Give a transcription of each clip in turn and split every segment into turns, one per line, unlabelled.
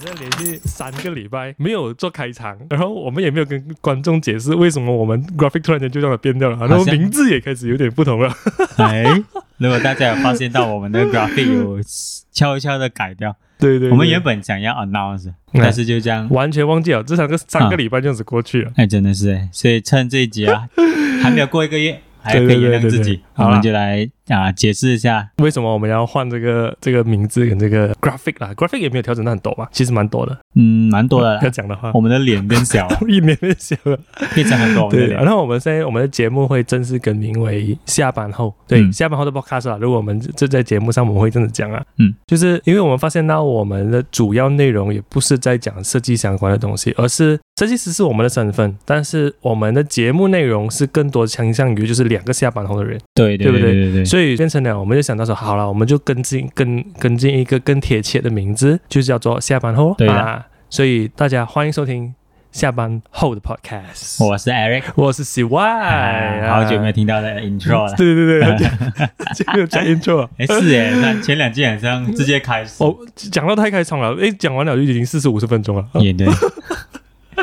正连续三个礼拜没有做开场，然后我们也没有跟观众解释为什么我们 graphic 突然间就这样变掉了，然后
好像
名字也开始有点不同了。
哎，如果大家有发现到我们的 graphic 有悄悄的改掉，
对对对
我们原本想要 announce，但
嗯
是就这样，
完全忘记了，这三个三个礼拜这样子过去了。
哎，真的是哎，所以趁这一集啊，还没有过一个月，还可
对
以
对
原谅
对
自
对
己，
好
我
啦
们就来啊解释一下，
为什么我们要换这个这个名字跟这个 graphic 啦？graphic 也没有调整到很多嘛，其实蛮多的。
嗯，蛮多的啦
要，讲的话，
我们的脸变小了，
一年变小了。
变成很多我们的
对，然
脸，
后我们现在我们的节目会正式更名为下班后，对，
嗯
下班后的 podcast 啊。如果我们这在节目上我们会这样子讲啊，
嗯，
就是因为我们发现到我们的主要内容也不是在讲设计相关的东西，而是设计师是我们的身份，但是我们的节目内容是更多倾向于就是两个下班后的人，
对对
对不
对对对，
所以变成了我们就想到说，好了，我们就跟进跟跟进一个更贴切的名字，就叫做下班后
对的
啊。所以大家欢迎收听下班后的 podcast。
我是 Eric，
我是喜外，
啊哎好久没有听到的 intro 了。
对对 对，很久就没有讲 intro 了。
哎，是哎，那前两季好像直接开始，
哦，讲到太开场了，诶，讲完了就已经四十五十分钟了。
也 对，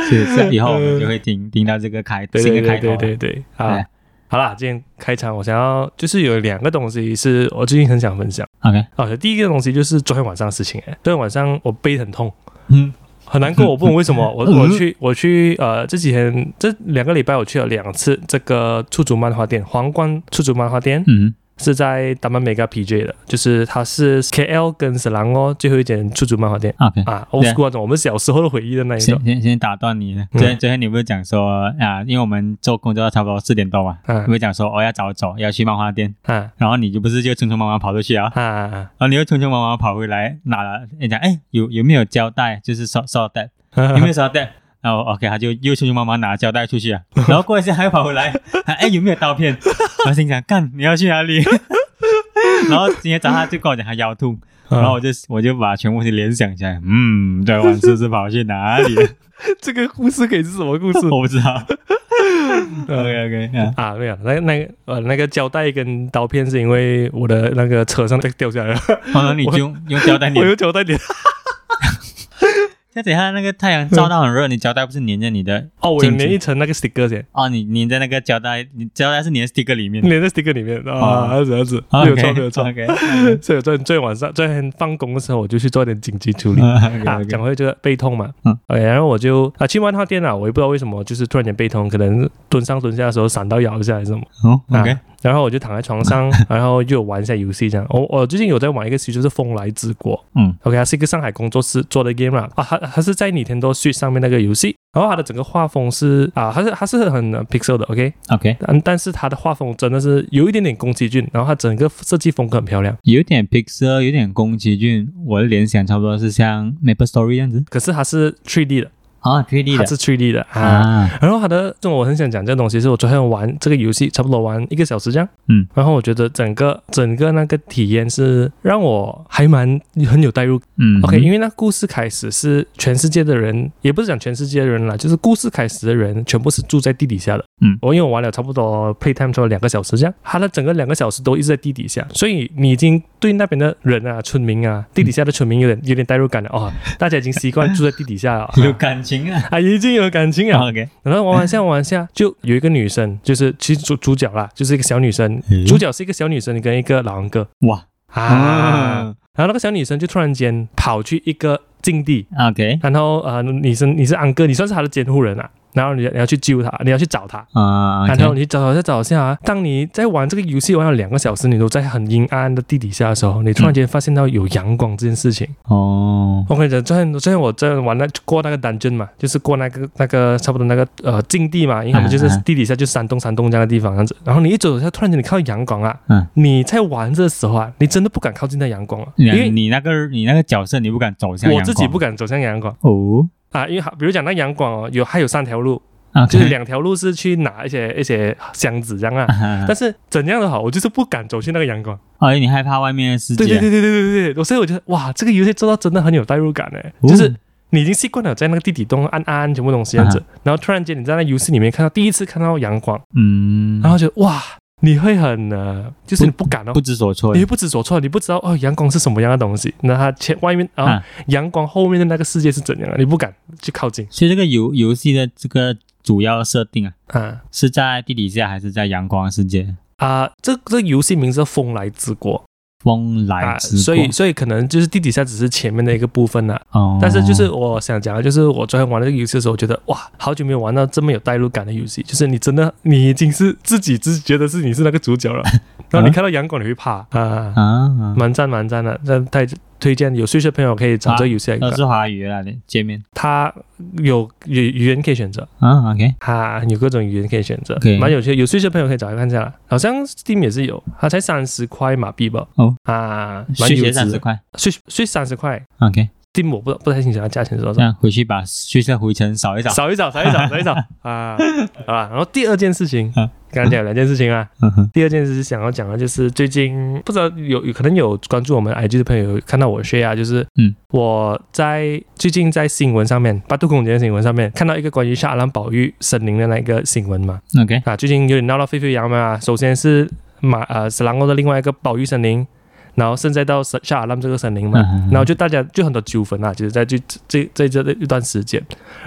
是啊是，以后我们就会听听到这个开
嗯对
新
对
的开
对
头
对
了，
对对，好
哎，
好啦，今天开场我想要就是有两个东西是我最近很想分享。
，OK，
哦，第一个东西就是昨天晚上的事情，诶，昨天晚上我背很痛。
嗯，
很难过，我不懂为什么。我我去我去呃，这几天这两个礼拜我去了两次这个出租漫画店，皇冠出租漫画店。
嗯
是在达曼美嘎 PJ 的，就是它是 KL 跟史郎哦最后一间出租漫画店
，OK，
啊，old
对啊
school 那种我们小时候的回忆的那一种
先先先打断
嗯
你了，昨天昨天你不是讲说啊，因为我们做工作到差不多四点多嘛，
啊
你不是讲说我要早走，要去漫画店，
啊
然后你就不是就匆匆忙忙跑出去啊，
啊啊
然后你又匆匆忙忙跑回来，拿了人家哎有有没有胶带，就是烧烧带，
啊！
有没有烧带？然后 OK，他就又匆匆忙忙拿胶带出去 啊，然后过一下还跑回来，他哎有没有刀片？我心想干你要去哪里？ 然后今天早上他就跟我讲他腰痛，
嗯
然后我就我就把全部是联想起来，嗯，昨晚是不是跑去哪 里？
这个故事可以是什么故事
我不知道。OK
嗯
OK，啊，
啊？没有，那那个呃那个胶带跟刀片是因为我的那个车上掉下来了，
然 后你就用用胶带
我
粘，
有胶带粘。
再等一下那个太阳照到很热，你胶带不是粘着你的
哦，我有
镜子
粘一层那个 sticker 先，
哦，你粘在那个胶带，你胶带是粘 sticker 里面的。
粘在 sticker 里面啊，
嗯哦
儿子儿子，没
OK，
有嗯错没有错。
OK，
所以我昨天昨天晚上昨天放工的时候，我就去做点紧急处理。啊，讲
OK，
回这个背痛嘛，
嗯
，OK，然后我就啊去漫画店了，我也不知道为什么，就是突然间背痛，可能蹲上蹲下的时候闪到摇一下还是什么，
哦
啊
，OK，
然后我就躺在 床上，然后就有玩一下游戏这样。我我最近有在玩一个游戏，就是《风来之国》
嗯
，OK，它是一个上海工作室做的 game 啦，啊，它它是在 Nintendo Switch 上面那个游戏，然后它的整个画风是啊，它是它是很呃 pixel 的，OK，
，OK，
但但是它的画风真的是有一点点宫崎骏，然后它整个设计风格很漂亮。
有点 Pixar，有点宫崎骏，我的联想差不多是像 Maple Story 这样子
可是它是 3D 的，
啊，3D
它
的
是 3D 的啊
啊，
然后他的，这种我很想讲这个东西，是我昨天玩这个游戏，差不多玩一个小时这样。
嗯，
然后我觉得整个整个那个体验是让我还蛮很有代入。
嗯
OK，因为那故事开始是全世界的人，也不是讲全世界的人啦，就是故事开始的人全部是住在地底下的。
嗯
我因为我玩了差不多 play time 超了两个小时这样，他的整个两个小时都一直在地底下，所以你已经对那边的人啊、村民啊、地底下的村民有点有点代入感了哦，大家已经习惯住在地 底下了。啊
有感情啊
啊，已经 有感情了，
，OK，
然后玩玩下玩玩下，就有一个女生，就是其实主主角啦，就是一个小女生，
诶
主角是一个小女生跟一个老人哥
哇
啊。
啊
然后那个小女生就突然间跑去一个禁地，
啊，OK
然后呃，你是你是安哥，你算是她的监护人啊。然后你你要去救她，你要去找她。
啊
然后
，OK，
你找找下找下啊，当你在玩这个游戏玩了两个小时，你都在很阴暗的地底下的时候，你突然间发现到有阳光这件事情。
哦，
我跟你讲，昨天昨天我在玩那过那个 dungeon 嘛，就是过那个那个差不多那个呃境地嘛，因为他们就是
嗯嗯
地底下就山洞山洞这样的地方这样子。然后你一走走下，突然间你看到阳光啊，
嗯
你在玩的时候啊，你真的不敢靠近那阳光啊，因
你
为
你那个你那个角色你不敢走向
我
阳
自己不
光
敢走向阳光
哦啊
啊，因为好比如讲那阳光哦，有还有三条路，
，OK，
就是两条路是去拿一些一些箱子这样啊。
啊
但是怎样都好，我就是不敢走去那个阳光。
哦，你害怕外面的世
对对
界，
对对对对对，我所以我觉得哇，这个游戏做到真的很有代入感哎，
哦
就是你已经习惯了在那个地底洞暗暗全部东西这样子，然后突然间你在那游戏里面看到第一次看到阳光，
嗯嗯，
然后觉得哇，你会很呃，就是你不敢哦
不，知所措
你。会不知所措，你不知道哦，阳光是什么样的东西，那它前外面啊，
啊
阳光后面的那个世界是怎样的，你不敢去靠近
所以这个游游戏的这个主要设定啊，
啊
是在地底下还是在阳光世界？
啊！这这个游戏名字叫《风来之国》
风来
啊，
之国
所以所以可能就是地底下只是前面的一个部分啦、啊
哦，
但是就是我想讲的，就是我昨天玩这个游戏的时候，我觉得哇，好久没有玩到这么有代入感的游戏，就是你真的你已经是自己自觉得是你是那个主 角了，然后你看到阳光你会怕啊，
啊，
蛮赞蛮赞的，那太推荐有睡的朋友可以找这个游戏来看
都，啊是华语啦，界面
它有语语言可以选择，
啊，OK，
它有各种语言可以选择
OK
蛮有趣的，有睡的朋友可以找来看一下啦，好像 Steam 也是有，它才三十块马币吧，
哦
啊，蛮
续
有
写
值
三十
的，
块
睡睡三十块
，OK，
，Steam 我不不太清楚它价钱是多少
这。样回去把血色回程扫一扫。
扫一扫，扫一扫，扫一扫啊，好吧。然后第二件事情
啊，
刚才讲两件事情啊。
嗯哼，
第二件事情想要讲的就是最近不知道有有可能有关注我们 IG 的朋友有看到我 share，啊就是
嗯，
我在最近在新闻上面，八度空间的新闻上面看到一个关于沙兰保育森林的那个新闻嘛，
OK，
啊，最近有点闹到沸沸扬扬啊。首先是马呃斯兰欧的另外一个保育森林，然后现在到沙沙兰这个森林嘛，然后就大家就很多纠纷啊，就是在这这这这这一段时间，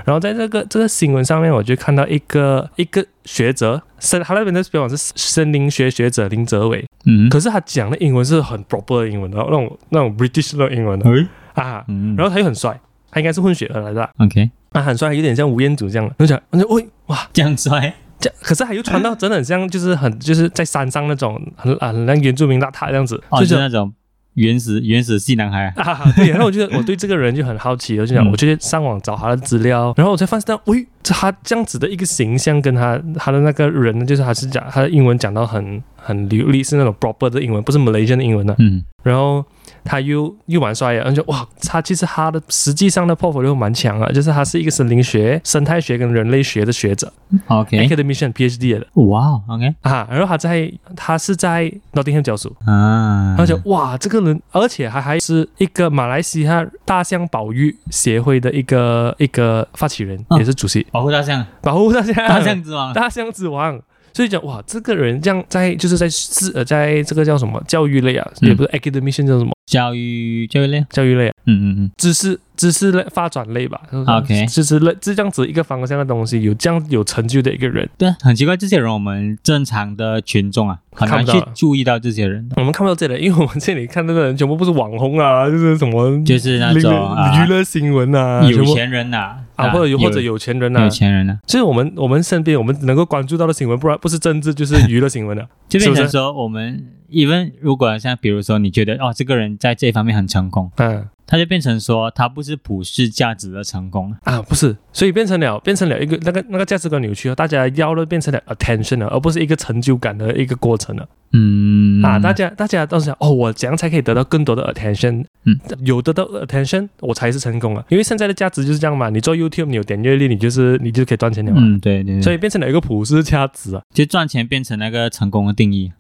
然后在这个这个新闻上面，我就看到一个一个学者，森他那边的标榜是森林学学者林哲伟，
嗯，
可是他讲的英文是很 proper 的英文，然后那种那种 British 那种英文的
哎，
啊，
嗯，
然后他又很帅，他应该是混血儿来的啊，
OK，
他很帅，有点像吴彦祖这样的，我就讲，我就喂哇。
这样帅，
这样可是他又穿到真的很像，就是很就是在山上那种很啊很像原住民邋遢这样子，
哦，
就
就是是那种原始原始系男孩啊，
啊， 对，然后我就我对这个人就很好奇，我就想，
嗯
我就去上网找他的资料，然后我才发现到，喂，他这样子的一个形象跟他他的那个人呢，就是他是讲他的英文讲到很很流利，是那种 proper 的英文，不是 Malaysian 的英文呢、啊
嗯
然后他又又蛮帅的，啊然后就哇，他其实他的实际上的 portfolio 蛮强啊，就是他是一个森林学、生态学跟人类学的学者
，OK，
，academician PhD 来的
哇哦，OK，
啊，然后他在他是在 Nottingham 教书，
啊，
而且哇，这个人，而且还还是一个马来西亚大象保育协会的一个一个发起人，
嗯
也是主席，
保护大象，
保护大象，
大象之王，
大象之王。所以讲哇，这个人这样在就是在是呃，在这个叫什么教育类啊，
嗯
也不是 academician 叫什么
教育教育类，
教育类、啊、
嗯嗯嗯。
知识知识类发展类吧
OK
知识类是这样子一个方向的东西，有这样有成就的一个人，
对啊，很奇怪，这些人我们正常的群众啊，很
看
难
不
去
到
注意到这些人的，
我们看不到这里，因为我们这里看到的人全部不是网红啊，就是什么
就是那
娱
种
乐
啊
娱乐新闻啊，
有
全部
钱人呐
啊，或者有或者
有
有钱人呐、
有钱人呐，
就是我们我们身边我们能够关注到的新闻，不然不是政治就是娱乐新闻啊了。
就变
是不
成
是
说我们 even 如果像比如说你觉得哦这个人在这一方面很成功，
嗯
他就变成说他不是普世价值的成功，
啊，不是，所以变成了变成了一个那个那个价值观扭曲啊了，大家要的变成了 attention 啊了，而不是一个成就感的一个过程了、
嗯
啊！大家大家都是想哦，我怎样才可以得到更多的 attention？
嗯，
有得到 attention，我才是成功啊了。因为现在的价值就是这样嘛，你做 YouTube 你有点阅率，你就是你就可以赚钱了嘛。
嗯对对对，
所
以
以变成了一个普世价值啊，啊
就赚钱变成那个成功的定义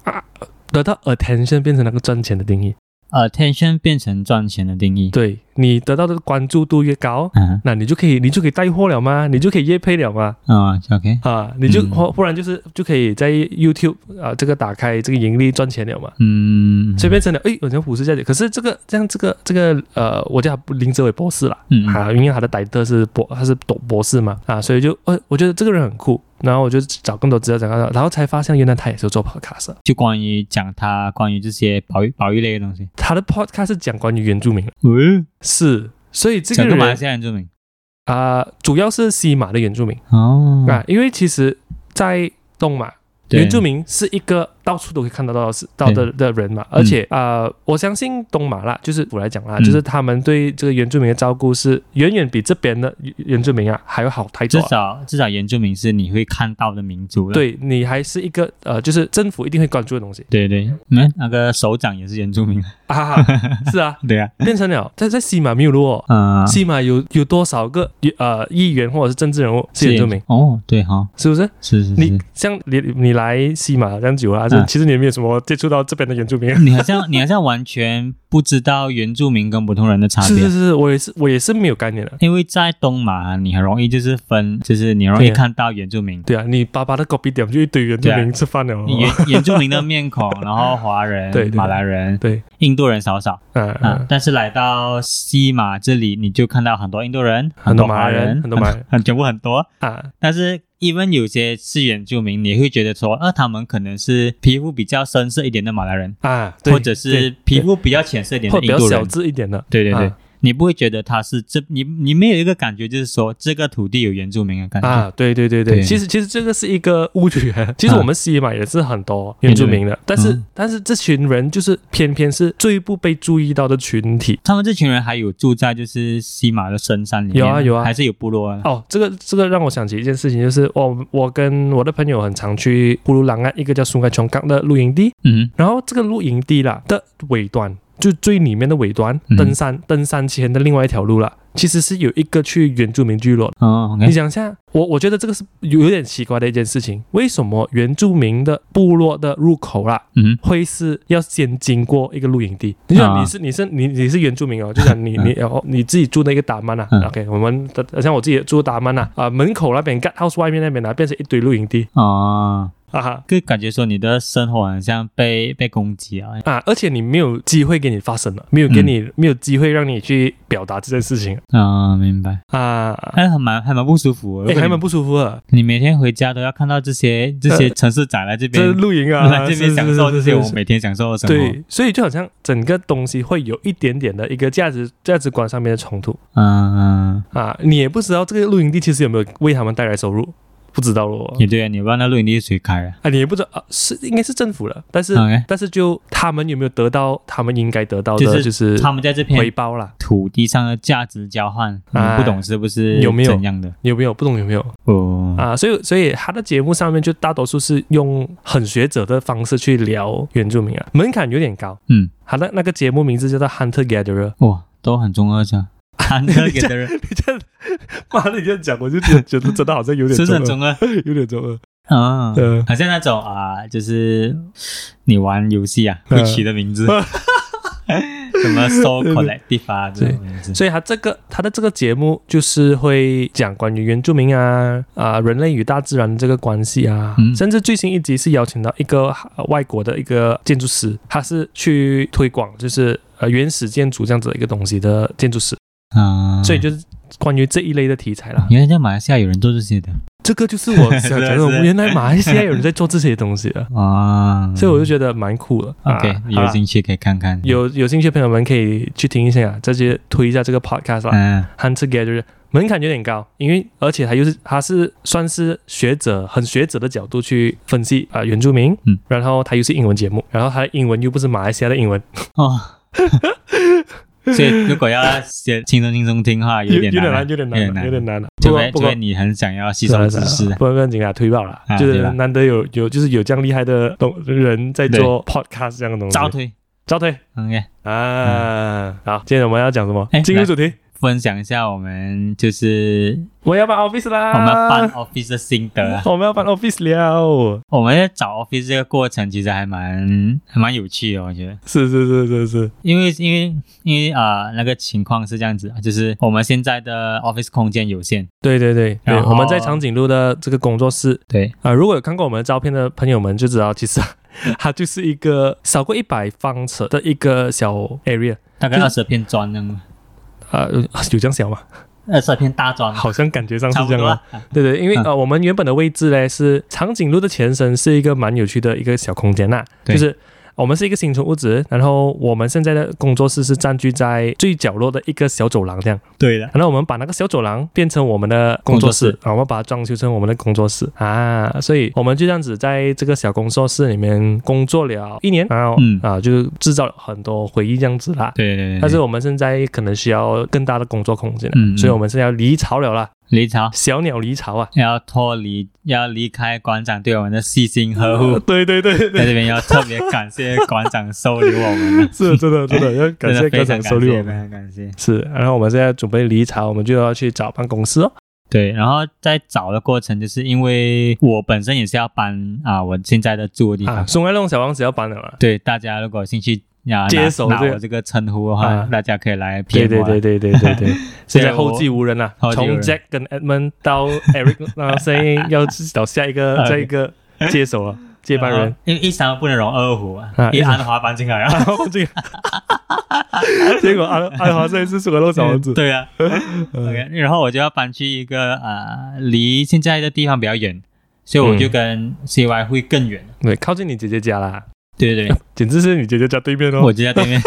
得到 attention 变成那个赚钱的定义。
呃，attention 变成赚钱的定义，
对你得到的关注度越高，
嗯
那你就可以，你就可以带货了吗？你就可以业配了吗？
啊 OK，
啊，你就
嗯
或、不然就是就可以在 YouTube 啊这个打开这个盈利赚钱了嘛。
嗯，
所以变成了，哎，有人普世价值。可是这个这样，这个这个呃，我叫他林哲伟博士啦，
嗯
啊，因为他的 title 是博，他是博博士嘛，啊，所以就呃，我觉得这个人很酷，然后我就找更多资料找到，然后才发现原来他也是做 podcast，的
就关于讲他关于这些保育保育类的东西，
他的 podcast 是讲关于原住民的，
嗯。
是，所以这
整
个
个马来
人
西亚原住民
啊、主要是西马的原住民、
哦
啊，因为其实，在东马原住民是一个到处都可以看得到的是到的的人嘛，而且啊、呃我相信东马啦，就是我来讲啦，
嗯
就是他们对这个原住民的照顾是远远比这边的原原住民啊还要好太
至
多了。
少至少原住民是你会看到的民族了。
对你还是一个呃，就是政府一定会关注的东西
对对，嗯，那个首长也是原住民，
啊，是啊，
对啊，
变成了在在西马没有路哦，
嗯，
西马有有多少个呃议员或者是政治人物是原住民，
哦，对哈，
是不是？
是是
你
是，
像你你来西马这样久了，还是
啊
其实你也没有什么接触到这边的原住民。
你好像你好像完全不知道原住民跟普通人的差别，啊
是是是，我也是我也是没有概念的。
因为在东马你很容易就是分，就是你容易
对啊
看到原住民，
对啊，你爸爸的 copy 点就一堆原住
对啊
民吃饭了哦。
原原住民的面孔，然后华人、
对对
马来人、
对，
印度人少少
嗯
啊
嗯，，
但是来到西马这里，你就看到很多印度人、
很多
多
马
华
来人，很多马来人
很全部很多，
啊，
但是 even 有些是原住民，你也会觉得说，呃，他们可能是皮肤比较深色一点的马来人，
啊，对
或者是皮肤比较浅色一
对
点
或
的
者比
印
较
度
小
人，
资一点的，
对对对
啊，
你不会觉得他是这，你你没有一个感觉，就是说这个土地有原住民的感觉。
啊，对对对对，
对
其实其实这个是一个误区。 其实
啊
我们西马也是很多原住民的，但是、
嗯
但是这群人就是偏偏是最不被注意到的群体。
他们这群人还有住在就是西马的深山里面，
有啊有啊
还是有部落啊。
哦，这个这个让我想起一件事情，就是我我跟我的朋友很常去布鲁朗啊岸一个叫苏盖琼港的露营地，
嗯
然后这个露营地啦的尾端，就最里面的尾端，
嗯
登山、登山前的另外一条路啦，其实是有一个去原住民聚落的。
哦
你
，OK，
想一下，我我觉得这个是有有点奇怪的一件事情，为什么原住民的部落的入口啦，
嗯
会是要先经过一个露营地？你想
啊
你是、你是你你是原住民哦，就讲 你你哦你自己住那个达曼啊、
嗯
o k 我们的好像我自己住达曼啊，啊、门口那边 g u t house 外面那边啊，变成一堆露营地
哦，
啊哈。
就感觉说你的生活好像被被攻击啊。
啊！而且你没有机会给你发声了，没有给你、
嗯
没有机会让你去表达这件事情
啊，明白，哎
啊，
还还蛮还蛮不舒服的。
哎、
如果
还蛮
你
不舒服的。
你每天回家都要看到这些这些城市仔来这
呃这
边
露营啊，
来这边
是
享
是
受这
是
些
是
我
是
每天享受的生活。
对，所以就好像整个东西会有一点点的一个价值价值观上面的冲突
嗯，嗯，
啊，你也不知道这个露营地其实有没有为他们带来收入，不知道咯。
也对啊，你不知道那露营地是谁开的。
啊，你也不知道啊，是应该是政府了，但是
OK，
但是就他们有没有得到他们应该得到的，
就是
就是
他们在这片
回报啦，
土地上的价值交换，你
哎
不懂是不是
有没有
怎样的？
有没有不懂有没有
哦，
啊？所以所以他的节目上面就大多数是用很学者的方式去聊原住民啊，门槛有点高。
嗯，
他的那个节目名字叫做 Hunter Gatherer，
哇，都很中二 这。韩哥给 的人
你这样， 妈的，你这样讲，我就觉得觉得真的好像有点
真的
中
中二
二，有点中二。
啊，
呃，
好像那种啊，就是你玩游戏啊
嗯
会取的名 字，什么 So Collective 啊这种名字，
所以他这个他的这个节目就是会讲关于原住民啊啊、人类与大自然的这个关系啊，
嗯
甚至最新一集是邀请到一个呃外国的一个建筑师，他是去推广就是呃原始建筑这样子的一个东西的建筑师，
啊，
所以就是关于这一类的题材啦。
原来在马来西亚有人做这些的
这个就是 我想讲
嗯
的，
是是
原来马来西亚有人在做这些东西的，
啊，
所以我就觉得蛮酷的。啊
OK，
好
有
啦
兴趣可以看看，
有有兴趣的朋友们可以去听一下啊，再去推一下这个 podcast 啦。
嗯
Hunt Together 门槛有点高，因为而且它又是它是算是学者很学者的角度去分析啊、呃原住民，
嗯，
然后它又是英文节目，然后它的英文又不是马来西亚的英文，
哦，所以如果要写轻松轻松听的话，
有
点
有点
难
难，，有点难
有点难
啊，有点难了。不
除
过
非
不
除
过
非你很想要吸
是啊
收
是
知
啊
识啊，
不然不然紧啊，推爆了，
啊
就是
推爆
难得有有就是有这样厉害的东人在做 podcast 这样的东西，
招推
招推
OK。
啊！好，今天我们要讲什么
哎？
进入
来
主题，
分享一下我们就是
我要搬 office 啦，
我们办 office 的心得啊。
我们要搬 office 了，
我们在找 office 这个过程其实还蛮还蛮有趣的，我觉得，
是是是是是，
因为因为因为啊、呃那个情况是这样子啊，就是我们现在的 office 空间有限，
对对对对，
然后
我们在长颈鹿的这个工作室
对，
啊、呃如果有看过我们的照片的朋友们就知道，其实它就是一个少过一百方尺的一个小 area，
大概
就
二十片砖那么，
啊、有有这样小吗？
二十片大砖，
好像感觉上是
差不
这样
多
啊
啊。。
对对，因为、
嗯
呃，我们原本的位置呢是长颈鹿的前身，是一个蛮有趣的一个小空间呐、
对
就是。呃我们是一个新城屋子，然后我们现在的工作室是占据在最角落的一个小走廊这样，
对的，
然后我们把那个小走廊变成我们的工作室，啊，我们把它装修成我们的工作室啊，所以我们就这样子在这个小工作室里面工作了一年，然后、
嗯
啊，就制造了很多回忆这样子啦。
对对对对。
但是我们现在可能需要更大的工作空间了，
嗯嗯
所以我们现在要离巢了啦，
离巢
小鸟离巢啊。
要脱离，要离开馆长对我们的细心呵护，
对对呃对
在
对，
这边要特别感谢馆长收留我们，啊
是真的真的要 感
真
谢
的
歌
非
手
常
收
感
留
谢，非
我
常
们。
感谢。
是，然后我们现在准备离巢，我们就要去找办公室哦。
对，然后在找的过程，就是因为我本身也是要搬啊，我现在的住的地方。
啊，松爱弄小王子要搬 了嘛？
对，大家如果有兴趣啊，
接
拿
手
拿
这个
我这个称呼的话，
啊
大家可以来骗
对对
我。啊
对
对，
对对对 对，现在
我
后继无人了
后，继无
从
人
Jack 跟 Edmund 到 Eric，然后声音要找下一个
Okay
再一个接手了，接班人。，
因为一山不能容二虎啊
啊，
一安华搬进来啊。
然后这个， 结果阿阿华这一次是个 漏小王子，嗯
对啊，OK，然后我就要搬去一个啊，离现在的地方比较远，所以我就跟 CY 会更远。
对，靠近你姐姐家啦，
对对对，
简直是你姐姐家对面 哦
我。就在对 面，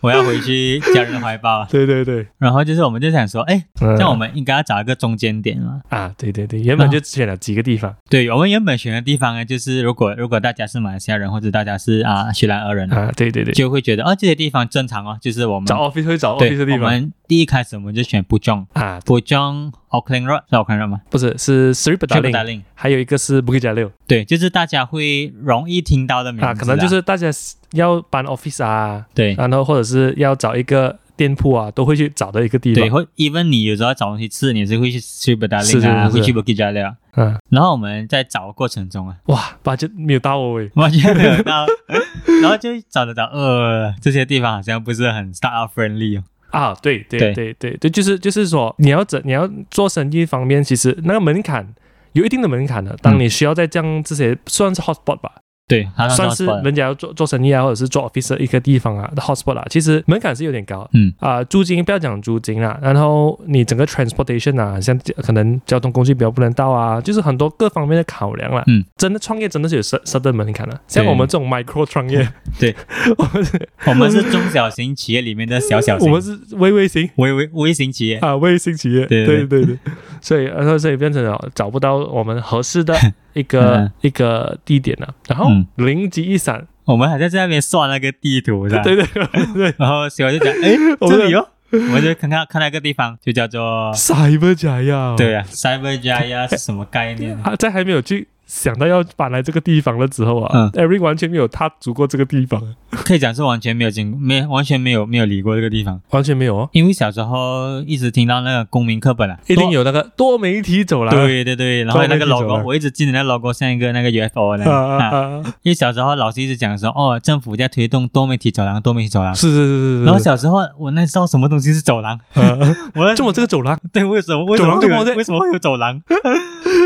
我要回去家人的怀抱。啊
对对对，
然后就是我们就想说，哎，
嗯
那我们应该要找一个中间点嘛。
啊，对对对，原本就选了几个地方
对我们原本选的地方呢，就是如果如果大家是马来西亚人或者大家是啊雪兰莪人，
啊，对对对，嗯
就会觉得哦这些地方正常哦，就是我们
找 office 会找 office
对
的地
我
方
们第一开始我们就选布中
啊，
布中 Auckland Road 是 Auckland Road 吗？
不是是 Sri p e t a l i
布达
n
令。
还有一个是 Bukit Jalil
对，就是大家会容易听到的名字
啊，可能就是大家要搬 office 啊，
对
然后或者是要找一个店铺啊，都会去找的一个地
对，
方。
或 even 你有时候找东西吃，你也是会去去 b a d a
是
l
是
i 啊，
是
会去 b u k i j a l 啊。
嗯，
然后我们在找的过程中啊，
哇，八戒没有到哦我诶，
完全没有到，然后就找着找，呃，这些地方好像不是很 start up friendly 哦。
啊，对对
对
对对对，就是就是说，你要怎你要做生意方面，其实那个门槛有一定的门槛的。当你需要在这样这些算是 hotspot 吧，
对，好像
啊算是
hotspot
人家要做做生意啊，或者是做 office 的一个地方啊的，hotspot 啊，其实门槛是有点高。
嗯
啊、租金不要讲租金啦，然后你整个 transportation 啊，像可能交通工具比较不能到啊，就是很多各方面的考量啦。
嗯，
真的创业真的是有 cer- certain 门槛的，啊像我们这种 micro 创 业，
对，
我们是
我们是中小型企业里面的小小
我
型，
们是微微型
微微微型企业。
啊，微型企业，
对
对
对
对对，所以然后所以变成了找不到我们合适的一个、
嗯
一个地点了、然后
嗯
灵机一闪，
我们还在那边算那个地图，是吧？
对对对 对
然后小就讲，哎，
我们
这里哦，我们就看看看那个地方，就叫做
，cyber 假药，
对啊，Cyber Jaya 是什么概念？
他啊在还没有去想到要搬来这个地方了之后
嗯
啊、e r i c 完全没有踏足过这个地方，
可以讲是完全没有经，没完全没有没有理过这个地方，
完全没有哦，
因为小时候一直听到那个公民课本啊，
一定有那个多媒体走
多。
廊，
对对对，然后那个
多媒体走
logo，
廊
我一直记得那 logo 像一个那个 UFO 那样
啊啊
啊，
啊，
因为小时候老师一直讲说，哦，政府在推动多媒体走廊，多媒体走廊。
是是是是，
啊然后小时候我那知道什么东西是走廊，
啊，
我
就我这个走廊，
对为什么为什
走廊
么会
怎么在
有为什么会有走廊？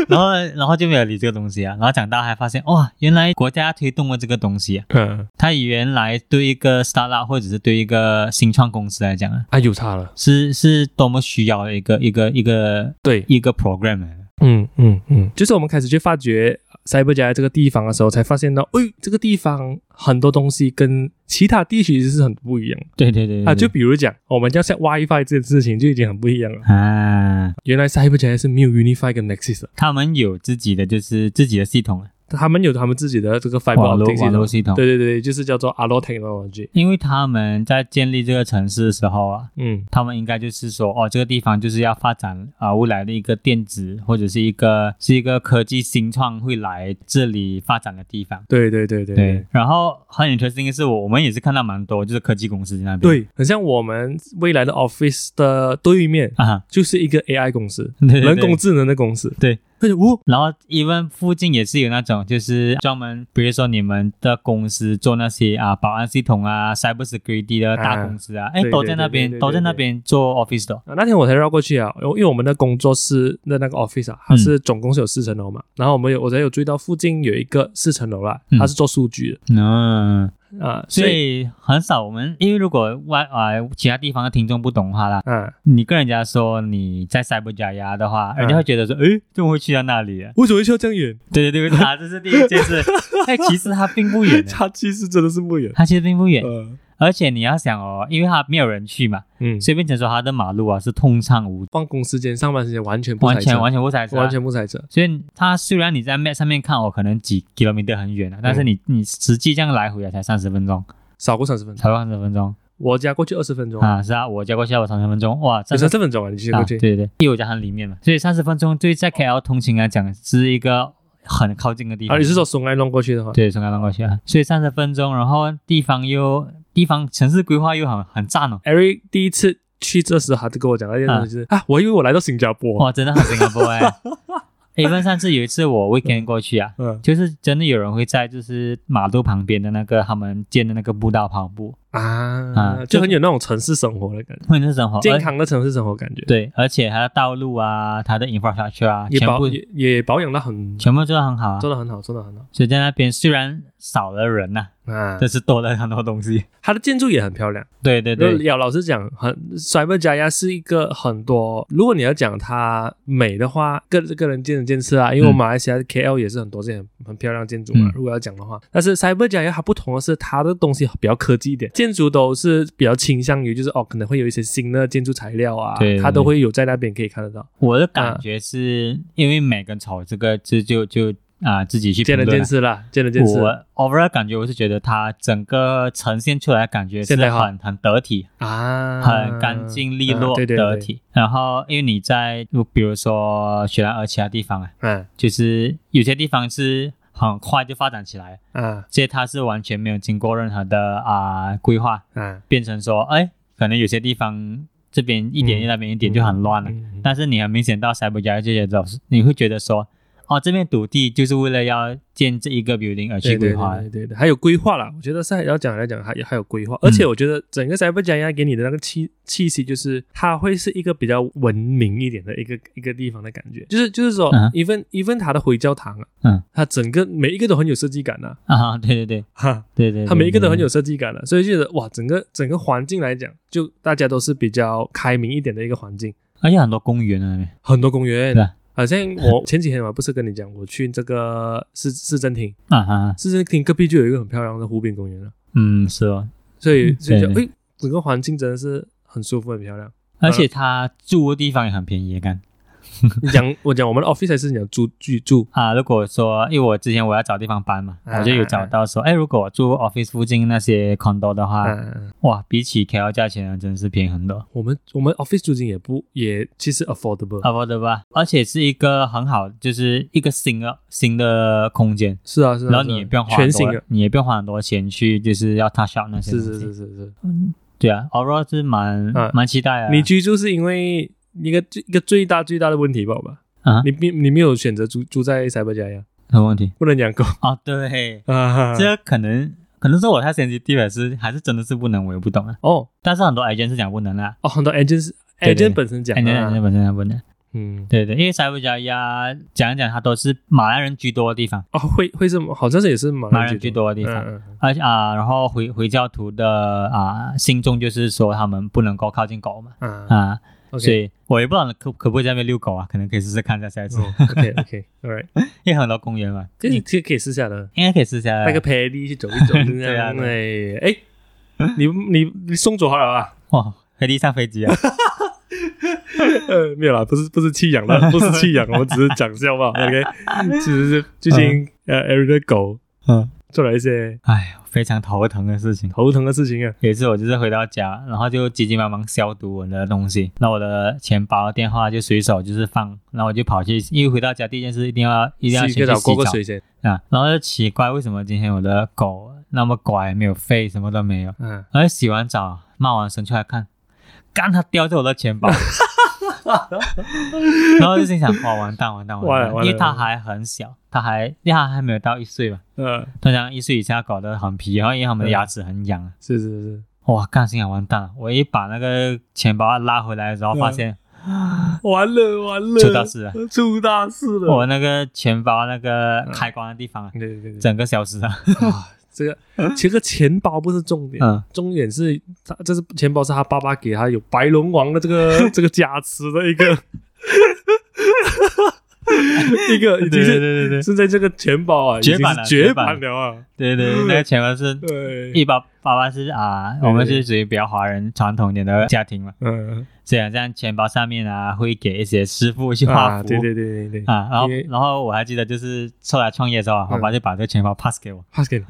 然后然后就没有理这个东西啊。然后长大还发现哇，原来国家推动了这个东西啊。
嗯
它原来对一个 startup 或者是对一个新创公司来讲啊，
啊，有差了，
是是多么需要的一个一个一个
对，
一个 program 啊来的
嗯嗯嗯，就是我们开始去发掘 Cyber 家这个地方的时候，才发现到，哎，这个地方很多东西跟其他地区是很不一样
对对对对
啊，就比如讲，我们要像 WiFi 这件事情就已经很不一样了，
啊，
原来 Cyber 家是没有 Unify 跟 Nexus 的，
他们有自己的就是自己的系统啊，
他们有他们自己的这个 Fiber
网络
Optic 系
网
统
络。系统。
对对对，就是叫做 Allo Technology。
因为他们在建立这个城市的时候啊，
嗯
他们应该就是说，哦，这个地方就是要发展啊、未来的一个电子或者是一个是一个科技新创会来这里发展的地方，。
对对对对
对，然后很 interesting 的是我我们也是看到蛮多就是科技公司在那边，
对，很像我们未来的 Office 的对面
啊，
就是一个 AI 公司，
对对对
人工智能的公司。
对，
而且哦，
然后 even 附近也是有那种，就是专门，比如说你们的公司做那些啊保安系统啊、cyber security 的大公司啊，哎、
对
都在那
对对对对
边，
对
都在那边做 office 的哦。
啊那天我才绕过去啊，因为因为我们的工作室的那个 Office 啊，它
嗯
是总共是有四层楼嘛，然后我们有我才有注意到附近有一个四层楼啦，
嗯
它是做数据
嗯，
的啊，
所
所以
以很少我们，因为如果外啊、其他地方的听众不懂的话啦，
啊，
你跟人家说你在塞伯加亚的话，人家会觉得说，哎、怎么会去到那里、啊？
为什么需要这样 远？
对对对，啊，这是第一件 事。哎，其实它并不远的，
它其实真的是不远。
它其实并不远，
呃，
而且你要想哦，因为它没有人去嘛，
嗯，
所以变成说它的马路啊是通畅无
放工时间、上班时间完全不
完
踩
全
车，
完全不踩车啊，
完全不踩车。
所以它虽然你在 map 上面看哦我可能几 kilometer 很
嗯
远啊，但是你、你实际这样来回啊才三十分钟，
少过三十分钟，
才三十分钟
我家过去二十分钟，
啊，是啊，我家过去要我三十分钟，哇，
有
三十
三十分钟哦啊，你去
啊，
过去
对。对对，因为我家很里面嘛，所以三十分钟对在 KL 通勤来讲是一个很靠近的地方。
啊，你是说松爱弄过去的话？
对，从刚刚过去啊，所以三十分钟，然后地方又地方城市规划又很很赞哦，
，Eric 第一次去这时候他就跟我讲那件事情，就是啊我以为我来到新加坡，
哇，真的很新加坡 哎、因为上次有一次我 weekend 过去啊，
嗯
就是真的有人会在就是马路旁边的那个他们建的那个步道跑步，
啊，就很有那种城市生活的感觉，
或者是生活
健
而
康的城市生活感觉，
哦哎对，而且它的道路啊，它的 infrastructure 啊，
也
全
保
部
也也保养的很，
全部做得很好啊。
做的很好，做的很好
所以在那边虽然少了人呐、
啊
但。是多了很多东 西。
它的建筑也很漂亮。
对对
对，
对，
要老实讲，很 Cyber 加亚是一个很多，如果你要讲它美的话，个个人见仁见智啊。因为我
嗯
马来西亚 KL 也是很多这些很很漂亮的建筑嘛，
嗯
如果要讲的话，但是 Cyber 加亚它不同的是，它的东西比较科技一点，建筑都是比较倾向于就是哦，可能会有一些新的建筑材料啊
对，对
它都会有在那边可以看得到，
我的
嗯
感觉是、因为美跟丑这个就就就啊、自己去评
见仁
论
见
了。
智啦，见仁见智
我 overall 感觉我是觉得它整个呈现出来的感觉是
现代化
很很得体、
啊，
很干净利落、
啊对对
得
对，
体。然后因为你在比如说雪兰莪其他地方啊，
嗯
就是有些地方是很快就发展起来了，
啊
所以它是完全没有经过任何的啊、规划，
啊，
变成说，哎，可能有些地方这边一点，
嗯
那边一点就很乱了。
嗯
但是你很明显到塞伯加这些都是，你会觉得说，哦，这片土地就是为了要建这一个 building 而去
对对
规划的
对对对，还有规划啦。我觉得赛要讲来讲还还有规划，而
嗯
且我觉得整个塞伯加亚给你的那个气气息，就是它会是一个比较文明一点的一个一个地方的感觉，就是就是说
嗯
，even even 它的回教堂啊，
嗯，
它整个每一个都很有设计感呐、
啊，对对对
哈，
对对，
它每一个都很有
对
设计感了、所以就觉得哇，整个整个环境来讲，就大家都是比较开明一点的一个环境。
对而且很多公园啊那边，
很多公园
对啊，
好像我前几天我不是跟你讲，我去这个市市政厅，
啊哈，啊
市政厅隔壁就有一个很漂亮的湖滨公园啊了。
嗯，是哦，
所以所以就
对对
诶，整个环境真的是很舒服、很漂亮。
而且它住的地方也很便宜，看
你讲 我讲我们的 office 还是你讲住居住
啊，如果说因为我之前我要找地方搬嘛，
啊
我就有找到说，哎，如果我住 office 附近那些 condo 的话，
啊？
哇，比起 KL 价钱啊真的是便宜很多，
我们我们 office 租金也不也其实 affordable，、
差不多吧？而且是一个很好，就是一个新的新的空间，
是啊是啊，
然后
是啊
你也不用花很
全
多
新的，
你也不用花很多钱去就是要 touch up 那些
是
东西。
是是是是。
对啊，overall 是蛮、
啊
蛮期待啊。
你居住是因为一个最一个最大最大的问题吧？好吧，
啊
你没你没有选择住住在塞伯加呀，
什么问题？
不能养狗
哦，对，
啊。
这可能可能是我太神奇地了，是还是真的是不能，我也不懂啊。
哦
但是很多 agent 是讲不能啦
哦，很多 agents
对对
agent 本身讲
a g e n t
啊，
本身讲不能。
嗯，
对对，因为塞维加亚讲一讲，它都是马来人居多的地方，
哦会会是好像是也是马
马来人居多的地
嗯
方。
嗯嗯
而且啊，然后回回教徒的啊信众就是说他们不能够靠近狗嘛
啊
啊，
，OK
所以我也不知道可可不可以在那边遛狗啊，可能可以试试看一下下一次，
OK OK，All right，
因为很多公园嘛，
这你这可以试下的，
应该可以试一下。
带个 Paddy 去走一走，就这
啊
样。哎哎，你你你送走好了啊？
哇，可以上飞机啊！
呃，没有啦，不是不是弃养了，不是弃养，我们只是讲笑话。OK，其 实是最近呃 e r i 的狗
嗯，
做了一些
哎，非常头疼的事情。
头疼的事情啊。
有一次我就是回到家，然后就急急忙忙消毒我的东西，那我的钱包、电话就随手就是放，然后我就跑去，因为回到家第一件事一定要一定要
洗
先去
个澡，
洗
过个
澡
水先。
啊，然后就奇怪为什么今天我的狗那么乖，没有吠，什么都没有。
嗯，
然后洗完澡，骂完神出来看，干它掉在我的钱包， 然后就心想哇完蛋完蛋
完
完
了
蛋，
完了
因为它还很小，它还因为它还没有到一岁嘛，
呃，
通常一岁以下搞得很皮，然后因为它们的
嗯
牙齿很痒，啊
是是是，
哇干心想完蛋了，我一把那个钱包拉回来的时候，
嗯
发现
完了完了，
出大事了，
出大事了。
我那个钱包那个开关的地方啊
对对对对，
整个消失了，
啊，这个其实钱包不是重点，
嗯。
重点是他这是钱包是他爸爸给他有白龙王的 这个这个加持的一个 一个
对
已经
对
是
对对
现在这个钱包啊，已经
绝版
是
了
绝
绝版
版了啊！
对对对，那个钱包是
对，
一八八八是啊，
对
我们是属于比较华人传统一点的家庭嘛，
嗯，
所以好像钱包上面啊会给一些师傅去画
啊，
符
对对对对对
啊然后
因为
然后我还记得就是后来创业的时候啊，我
嗯
爸就把这个钱包 pass 给我，
，pass 给你，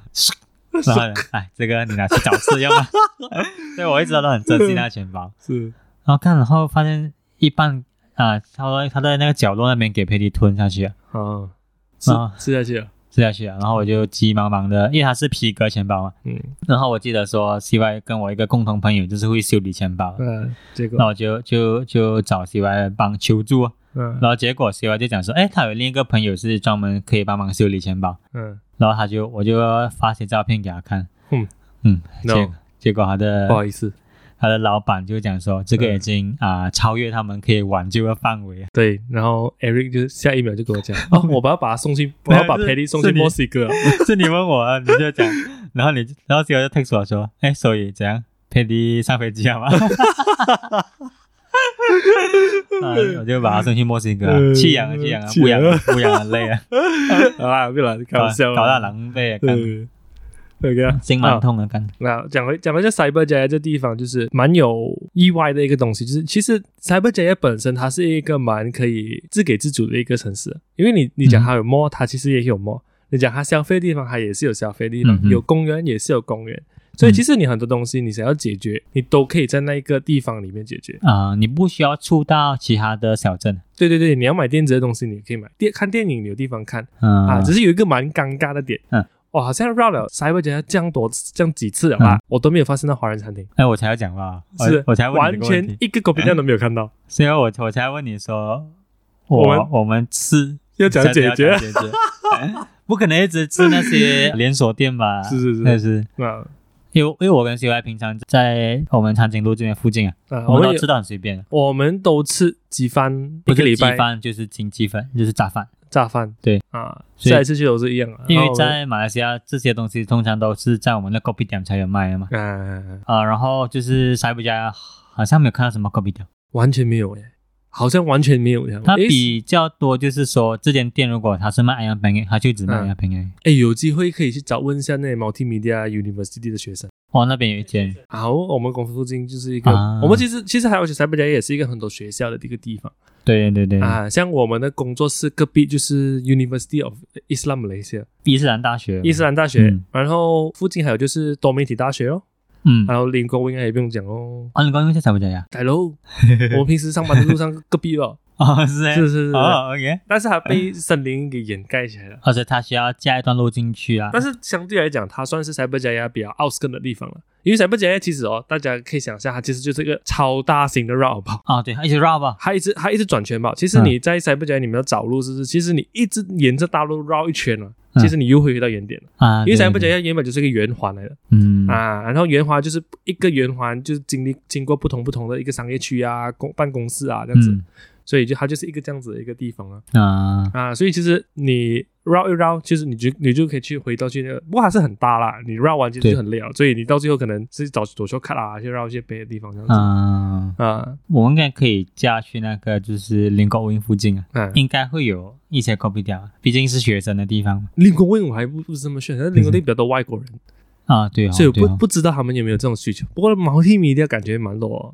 然后呢哎这个你拿去找吃用啊，所以我一直都很珍惜那个钱包，
是
然后看然后发现一半啊，他说他在那个角落那边给佩蒂吞下去了，
啊，吃
啊
吃下去了，
吃下去了，然后我就急忙忙的，因为它是皮革钱包嘛，
嗯
然后我记得说 CY 跟我一个共同朋友就是会修理钱包的，
嗯，结
那
果
我就就就找 CY 帮求助啊，
嗯
然后结果 CY 就讲说，哎，他有另一个朋友是专门可以帮忙修理钱包，
嗯
然后他就我就发些照片给他看，
嗯
嗯，结
No
结果他的
不好意思，嗯
他的老板就讲说，这个已经啊、超越他们可以挽救的范围。
对，然后 Eric 就下一秒就跟我 讲，哦，我要把他送去，我要把
是
Paddy 送
是
去
你
墨西哥啊，
是你问我啊，你就讲， 然后你然后结果就 text 我说，哎，所以怎样？佩迪上飞机好吗？ 啊，我就把他送去墨西 哥啊
嗯，
弃养啊，弃养啊，
弃
不养
养
啊，不养啊，累 啊，
啊，不了，开
搞
玩笑啊，
搞到狼狈啊，干
对，OK 啊，
心
啊
蛮痛啊，干。
那讲回讲回这 Cyber J 这地方，就是蛮有意外的一个东西，就是其实 Cyber J 本身它是一个蛮可以自给自足的一个城市，啊因为你你讲它有 mall，它其实也有 mall；你讲它消费的地方，它也是有消费的地方
嗯，哼嗯
有公园也是有公园。所以其实你很多东西你想要解决，你都可以在那一个地方里面解决。
啊、你不需要出到其他的小镇，
对对对，你要买电子的东西，你也可以买电看电影，你有地方看
嗯、
啊。只是有一个蛮尴尬的点，
嗯，
我好像绕了 Cyber J 这样多这样几次了
嗯
吧，我都没有发现到华人餐厅。
哎、我才要讲吧，我
是
我才问你
完
这个问题
全一个狗皮蛋都没有看到，
所以我我才问你说，
我
我
们
我们吃
要 讲解决
要讲解决，哎不可能一直吃那 些连锁店吧？
是是是
那是
啊
因为因为我跟 CY 平常在我们长颈鹿这边附近啊，
啊！
我
我
们
们
都
也
吃到很随便，
我们都吃鸡饭，
不
一个
是
礼
鸡
拜
饭就是经济饭，就是炸饭，
炸饭，
对
啊，
所以
下一次去都是一样啊，
因为
然后
在马来西亚这些东西通常都是在我们的 kopi 店才有卖的嘛，
啊
啊、然后就是塞布加好像没有看到什么 kopi 店，
完全没有诶，好像完全没有这样。
它
诶
比较多就是说这间店如果它是卖 ayam penyet，它就只卖
嗯
ayam penyet，
诶有机会可以去找问一下那 multimedia university 的学生。
哦，那边有一间。
好，我们公司附近就是一个，
啊
我们其实其实还有台北家也是一个很多学校的一个地方
对对对，
啊，像我们的工作室隔壁就是 University of Islam Malaysia
伊斯兰大学，
伊斯兰大学
嗯，
然后附近还有就是多媒体大学哦。
嗯，
然后林工应该也不用讲哦。
啊，你刚刚在什么讲呀？
大佬， 我们平时上班的路上隔壁 哦，
哦，是
是是是，
哦，OK，
但是它被森林给掩盖起来了。
而且它需要加一段路进去啊。
但是相对来讲，它算是塞伯加亚比较奥斯根的地方了。因为塞伯加亚其实哦，大家可以想象，它其实就是一个超大型的绕跑，
啊，对，一起 r a 吧。
它一直它一直转圈跑。其实
嗯
你在塞伯加亚里面要找路，是不是？其实你一直沿着大路绕一圈了、
嗯
其实你又回到原点了。
啊，
因为塞伯加
对，对对
亚原本就是一个圆环来的，
嗯
啊，然后圆环就是一个圆环，就是经历经过不同不同的一个商业区啊、公办公室啊这样子，
嗯
所以就它就是一个这样子的一个地方啊
啊，
啊，所以其实你绕一绕，其实你就你就可以去回到去那个，不过还是很大啦，你绕完其实
对
就很累了，所以你到最后可能是找左手看啊，去绕一些别的地方这样子
啊，
啊
我们应该可以加去那个就是林口温附近啊，
啊，
应该会有一些 copy 掉，啊毕竟是学生的地方嘛。
林国问我还不不是这么炫，但是林国
嗯
那比较多外国人，
啊，对哦，
所以我
对
不
哦。
不知道他们有没有这种需求。不过毛剃米的感觉蛮多、哦，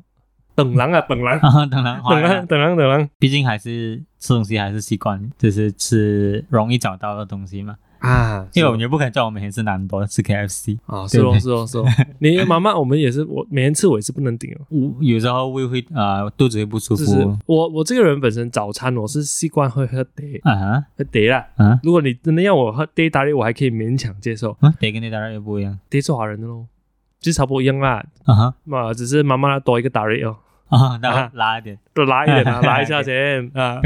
等狼啊等 狼
啊， 当然，
等狼等狼等狼
毕竟还是吃东西还是习惯，就是吃容易找到的东西嘛。
啊，
因为
是
我们也不可能叫我每天吃南多，吃 KFC。
啊，是
对
哦，
对
是哦，是哦。 你妈妈，我们也是，我每天吃我也是不能顶哦。
我有时候胃会啊、呃肚子会不舒
就
服
是我我这个人本身早餐我是习惯会喝茶
啊哈
喝茶啦。
啊
如果你真的要我喝茶打理，我还可以勉强接受。
啊，得跟那当然也不一样
茶是华人的咯，就差不多一样啦。
啊哈
嘛，只是妈妈多一个打理哦，
啊，那
啊
我拉一 点，
多拉一点啊，拉一下先 啊。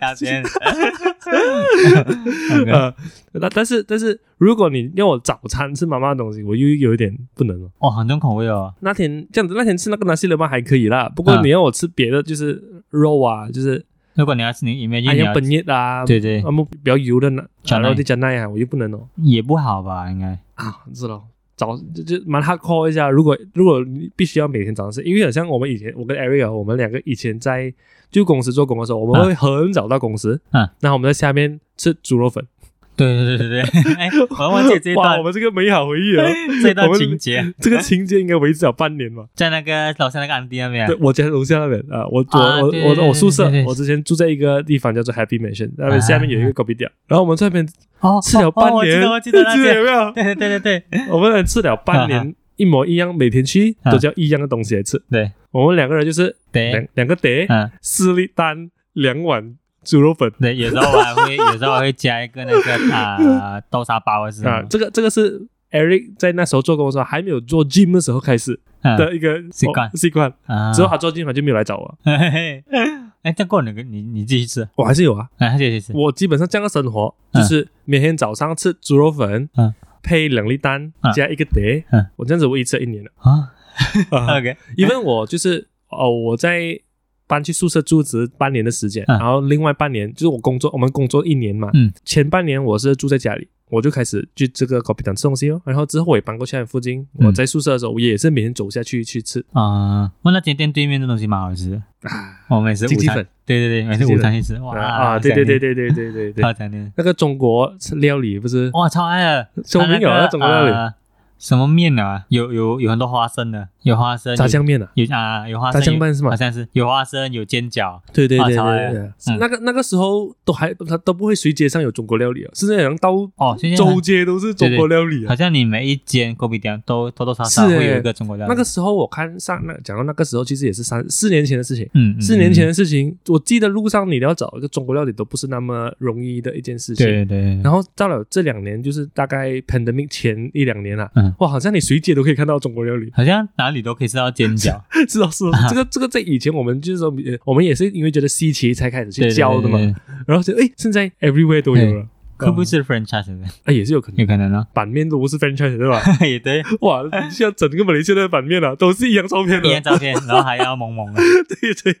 加点，
呃，但但是但是，如果你要我早餐吃妈妈的东西，我又有一点不能了。
哇，很重口味哦，
那天这样子，那天吃那个南西冷饭还可以啦。不过
啊
你要我吃别的，就是肉啊，就是
如果你要吃你 imagine
哎
你
呀，
要
本叶啊，
对对
啊，比较油的呢，
加
然
奶
后再加奶啊，我又不能哦
也不好吧，应该
啊，知道。早就就蛮 hardcore 一下，如果如果你必须要每天早上吃，因为好像我们以前我跟 Ariel 我们两个以前在就公司做工的时候，我们
啊
会很早到公司，
啊，
那我们在下面吃猪肉粉，
对对对对 对，哎，我忘记这一
哇，
段
我们这个美好回忆啊，
这一
我
段
们
情节，
这个情节应该维持了半 年吧。
在那个楼下那个安迪那边
对，我家楼下那边啊，我我
啊
我
对对
我
对
我宿舍
对对，对
我之前住在一个地方叫做 Happy Mansion，那
啊
边下面有一个 coffee 店，然后我们在那边
哦，
吃了
哦
半
哦我记
年，
得我记得 那
你有
间，
没有？
对对对对对
我们吃了半
啊
年一模一样，每天去
啊
都叫一样的东西来吃。
对哎啊
我们两个人就是
对，
两两个碟、
嗯
四粒蛋、两碗猪肉粉
对，有时候我还会，有时候我会加一个那个啊豆沙包还是什
啊
么，，
这个这个是 Eric 在那时候做工的时候还没有做 gym 的时候开始
嗯
的一个
习惯
哦习惯。
啊，
之后他做 gym 他就没有来找我，
嘿嘿嘿 哎，这过你你你继续吃，
我还是有啊。
哎，继续吃，
我基本上这样的生活就是每天早上吃猪肉粉
嗯，
配两粒蛋
嗯
加一个碟
嗯，
我这样子我一吃一年了。
啊
啊
，OK，
因为我就是哦，我在搬去宿舍住只半年的时间，
嗯
然后另外半年就是我工作，我们工作一年嘛，
嗯
前半年我是住在家里，我就开始去这个 c o p y t 吃东西哦，然后之后我也搬过去附近，
嗯
我在宿舍的时候我也是每天走下去去吃
啊，我那间店对面的东西蛮好吃，
啊
我每次午
鸡鸡
餐
粉，
对对对，每次午餐去吃，哇
啊，对对对，对对对对 对
好，想念，
那个中国料理不是
哇，超爱的，
中
它
国
那
有啊
个
那中国料理
呃什么面啊？有有有很多花生的，有花生，
炸
有
酱面啊，
有啊，有花生，
炸酱
有
饭是吗
好像是有花生，有煎饺，
对对对对
啊超爱
对
的
对，
嗯
那个那个时候都还他都不会随街上有中国料理啊，是那样到
哦，现在
周街都是中国料理啊
好。像你每一间锅比店都多多少少
是欸
会有一个中国料理。
那个时候我看上那讲到那个时候，其实也是三四年前的事情。
嗯，嗯
四年前，的事情，我记得路上你要找一个中国料理都不是那么容易的一件事
嗯
情。
对对对，
然后到了这两年，就是大概 pandemic 前一两年啦、
嗯。
哇，好像你随街都可以看到中国料理
好像哪里都可以吃到煎饺，
是哦，是
啊
哦，这个这个在以前我们就是说，呃我们也是因为觉得稀奇才开始
对
去教的嘛。。
对对对
然后就哎，现在 everywhere 都有了，嗯
会不会是 franchise 的？
啊，也是有可能
有可能啊，
版面都不是 franchise 对吧？
也对，
哇，像整个马来西亚的版面啊，都是一样照片
一
的，
张照片，然后还要萌萌的，
对对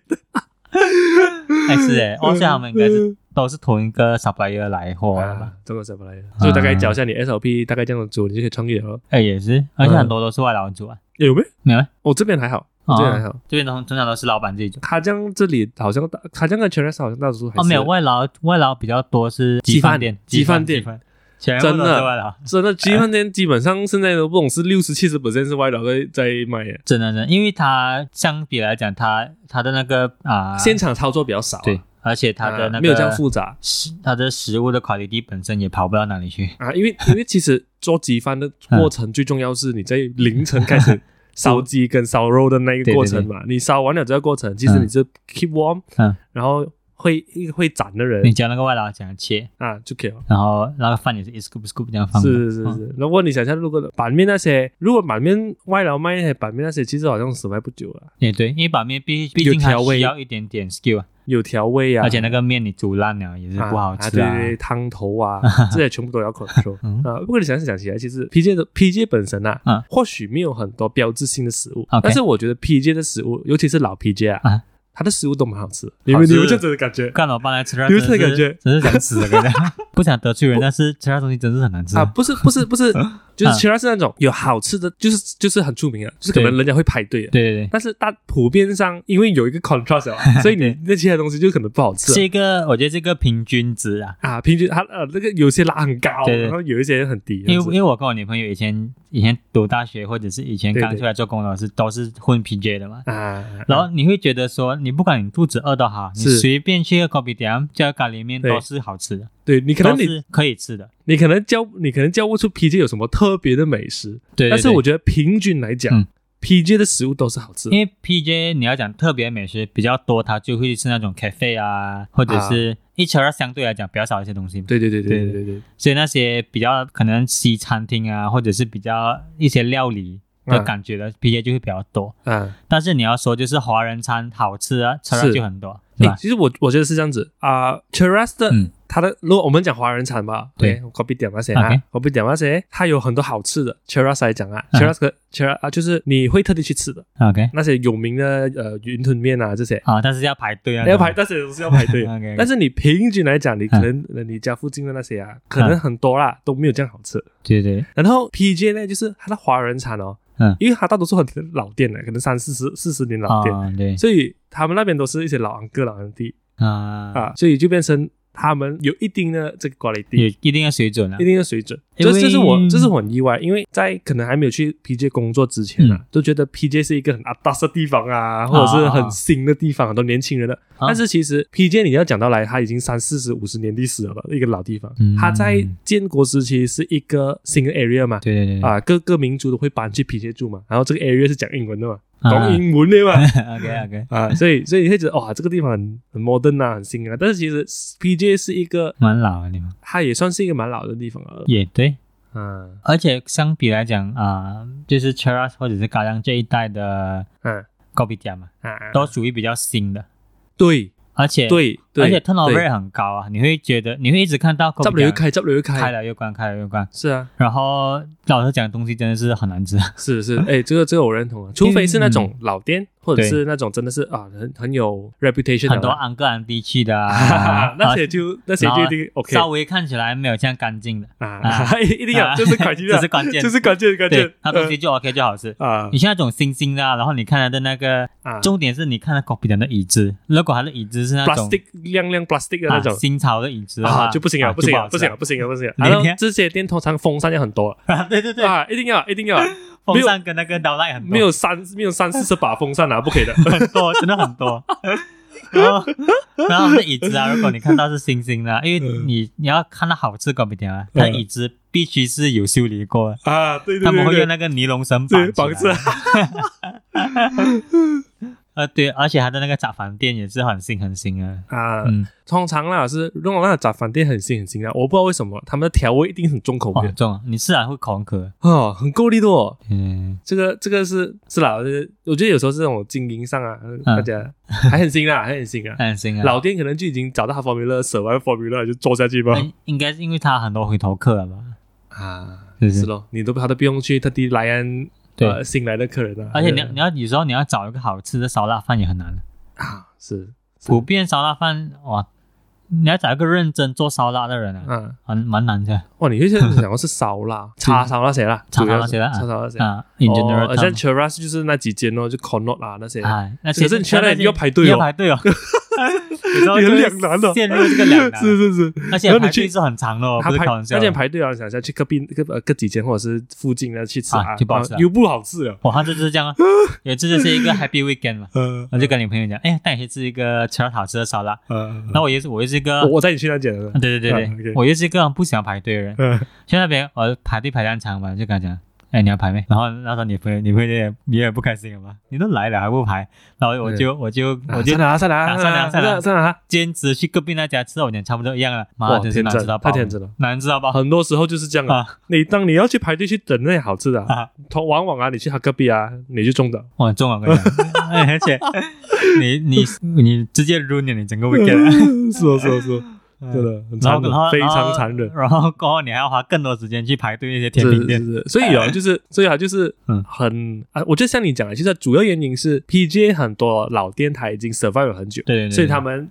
哎是 哎，哦，所以他们应该是都是同一个 supplier 来货的吧
啊？，中国怎么来的？就大概缴一下你 SLP，大概这样子做，你就可以创业了。
哎也是，而且很多都是外劳族啊，
有没有？
没有吗？哦
我这边还好，我
啊
这边还好。
这边通通常都是老板自己做。
卡江这里好像大，卡江跟全 r 好像大多数还是
哦，没有外劳，外劳比较多是
鸡饭
店，
鸡饭
店
店，
全部都
真
是
的
外劳。
真的鸡饭
呃
店基本上现在都不懂是六十七十 percent 是外劳在在卖耶，
真的真的，因为它相比来讲，它它的那个啊，
现场操作比较少啊，
对，而且它的
啊
那个
没有这样复杂
食，它的食物的 quality 本身也跑不到哪里去。
啊，因为因为其实做鸡饭的过程最重要是你在凌晨开始。烧鸡跟烧肉的那一个过程嘛，你烧完了这个过程，其实你就 keep warm，
嗯，
然后会会斩的人
你教那个外劳讲切，
啊就可以了。
然后那个饭也是一 scoop scoop 这样放的。
是是是
嗯
是，如果你想象如果板面那些，如果板面外劳卖那些板面那些，其实好像 survive 不久啊了，
也哎对，因为板面毕毕竟它
调味
需要一点点 skill，啊
有调味啊，
而且那个面你煮烂了也是不好吃
啊，对对对，汤头 啊，这些全部都要 control
嗯
啊。不过你想想起来，其实 PJ 的 PJ 本身啊，
嗯
或许没有很多标志性的食物
OK
但是我觉得 PJ 的食物，尤其是老 PJ 啊，
啊
它的食物都蛮好吃的。你们你们这样子的感觉
干了我半来吃到
有
真的
这个
是真是想 死的感觉，不想得罪人，但是吃到东西 真是很难吃
啊？不是不是 不是，就是
啊
其他是那种有好吃的，就是就是很出名啊，就是可能
对
人家会排队的。
对对对，
但是大普遍上，因为有一个 contrast，啊 所以你那其他东西就可能不好吃
是
啊
一个我觉得是一个平均值啊，
啊。平均它呃那个有些拉很高，
对对
然后有一些很低。这
因
样
为因
子
为我跟我女朋友以前以前读大学或者是以前
对
刚
对
出来做工的时候都是混 PJ 的嘛，
啊，
然后你会觉得说，你不管你肚子饿都好，你
是
随便去个 coffee 店叫咖喱面
对
都是好吃的，
对你可
都
能你
是可以吃的。
你可能叫你可能叫不出 PJ 有什么特别的美食，
对，对
但是我
对
觉得平均来讲
嗯
，PJ 的食物都是好吃的。
因为 PJ 你要讲特别美食比较多，它就会是那种 cafe 啊，或者是一吃二相对来讲比较少一些东西嘛，
对对对对
对
对对对，
所以那些比较可能西餐厅啊，或者是比较一些料理的
啊
感觉的 PJ 就会比较多。
啊，
但是你要说就是华人餐好吃啊，吃了
是
就很多，对
哎
吧，？
其实我我觉得是这样子啊 c h e r a s 的
嗯
它的如果我们讲华人餐吧，
对
c o p y 点那些啊
OK
c o p y 点那些，它有很多好吃的 c h e r a s 来讲啊
嗯
c h e r a s c h e r a 啊，就是你会特地去吃的
OK
那些有名的呃云吞面啊这些，
啊，但是要排队啊，
要排，那些都是要排 队。
OK，
但是你平均来讲，你可
嗯
能呃你家附近的那些啊，可能很多啦，都没有这样好吃。
对对，
然后 PJ 呢，就是它的华人餐哦，
嗯
因为它大多数很老店的，可能三四十、四十年老店，
啊对
所以他们那边都是一些老昂哥、老昂弟
啊，
啊，所以就变成他们有一定的这个 quality，
有一定的水准啊
一，定的水准。
因
这
为
这是我这是我很意外，因为在可能还没有去 PJ 工作之前
嗯
啊，都觉得 PJ 是一个很阿达斯的地方啊，或者是很新的地方，很多年轻人的。
啊
但是其实 PJ 你要讲到来，它已经三四十、五十年历史了吧，一个老地方
嗯。
它在建国时期是一个新的 area 嘛，
对对对，
啊啊，各各民族都会搬去 PJ 住嘛，然后这个 area 是讲英文的嘛，懂英文的嘛。
OK OK，
啊，所以所以你会觉得哇，这个地方很很 modern 啊，很新啊。但是其实 PJ 是一个，
蛮老的地方，
它也算是一个蛮老的地方啊了。
也对。
嗯
而且相比来讲啊、就是 Cheras 或者是嘎亮这一代的
嗯
g o b i t a 嘛，
啊，
都属于比较新的，
对
而且
对对，
而且 turnover
对
也很高啊，你会觉得你会一直看到 g o
这
b
里
i
又
t a
开，这里又开，
开了又关，开了又关，
是啊，
然后老实讲，东西真的是很难吃。
是不是？哎，这个这个我认同啊，除非是那种老店，或者
啊嗯对
是那种真的是啊，很很有 reputation 的
很多
啦，
安哥安地区的 啊，
那些就那些就一定 OK
稍微看起来没有这样干净的，
啊，
啊
一 一定要，
啊
这 是关键
这
啊，
是关键，
这是关键关键嗯
对，，它东西就 OK 就好吃。
呃啊
你像那种星星的啊，然后你看它的那个，
啊
重点是你看它 copy 的那椅子，如果它的椅子是那种
，plastic 亮亮 plastic 的
啊
那种。
新潮的椅子的
啊，
话，
就不行了，
啊
不行了，
好吃
不行了，不行了，不行了。
你
然后
看
这些店通常风扇也很多
啊！ 对对对，
啊，一定要，一定要，
风扇跟那个刀带很多，
没有三没有三四十把风扇啊，不可 以的。
很多，真的很多。 然后，然后我们的椅子啊，如果你看到是星星的啊，因为你你要看到好吃搞不点啊，它
嗯
椅子必须是有修理过的，
啊，对对
他们会
对
用那
对，
个尼龙绳
对
绑
绑
起
着
来。 呃，对，而且它的那个杂饭店也是很新很新啊。
啊。
嗯，
通常啦是那种那杂饭店很新很新啊，我不知道为什么他们的调味一定很重口
哇，
味
很重啊，你吃了会口很渴。
啊，很够力的哦。
嗯，
这个这个是是啦，就是我觉得有时候是这种经营上啊，
嗯
大家还很新啦，还 很新啊。
很新啊。
老店可能就已经找到他 formula，舍完 formula 就做下去吧。
嗯应该是因为它很多回头客了吧？
啊，
是不
是
是？
咯，你都他都不用去特地来安
对
呃新来的客人啊，
而且你
对
你要有时候你要找一个好吃的烧腊饭也很难。
啊是
普遍烧腊饭哇，你要找一个认真做烧腊的人啊，
啊
很蛮难的
哇，你会想想到是烧 腊叉烧那些啦，
叉烧
主要
那
是
些啦
叉烧那些。
啊。In
哦
general，
好像
term
Cheras 就是那几间哦，就 Connaught 啦那些，
哎，那
可是你去那里要排队哦
要排队 哦，有时候就会
有两难哦
陷入这个两难，
是是是，
而且
然后
排
你去
队是很长的哦，
他
不是
排
开玩笑
那
的
间。排队啊，想下去隔壁隔呃隔几间或者是附近的去吃
啊就不好吃啊
又不好吃了，
哇，他就是 这样啊，有一次就是一个 happy weekend 嘛，
呃
我就跟你朋友讲，哎，带你去吃一个吃到好吃的烧腊。
呃，
那我也是，我也是一个
我，我带你去那间了，
对对对
哦啊，OK
对，我也是一个很不喜欢排队的人。
嗯
去那边我排队排得很长嘛，就跟他讲，哎，你要排没？然后那时候你朋友你朋友也你也不开心了嘛，你都来了还不排，然后我就我就我就
再拿再拿
啊算了啊
再
算了
拿
啊
再拿，
坚持去隔壁那家吃，我讲差不多一样了，妈
哇
真是难
天真
吃到爆，
太天真了，
难吃到爆
很多时候就是这样啊。
啊！
你当你要去排队去等那些好吃的啊
啊，
同往往啊，你去他隔壁啊，你就中的。
我中了，我跟你讲，哎而且你你你直接 ruin 了你整个 weekend，
是哦是 哦是哦，真的
哎
很
然
残
后然后
忍，非常残忍。
然后过后你还要花更多时间去排队那些甜
是
品
是
店，
是，所以啊，就是所以啊，就是
哎嗯
很啊，我就像你讲的，其实主要原因是 PJ 很多老电台已经 survive 了很久，
对对对，
所以他们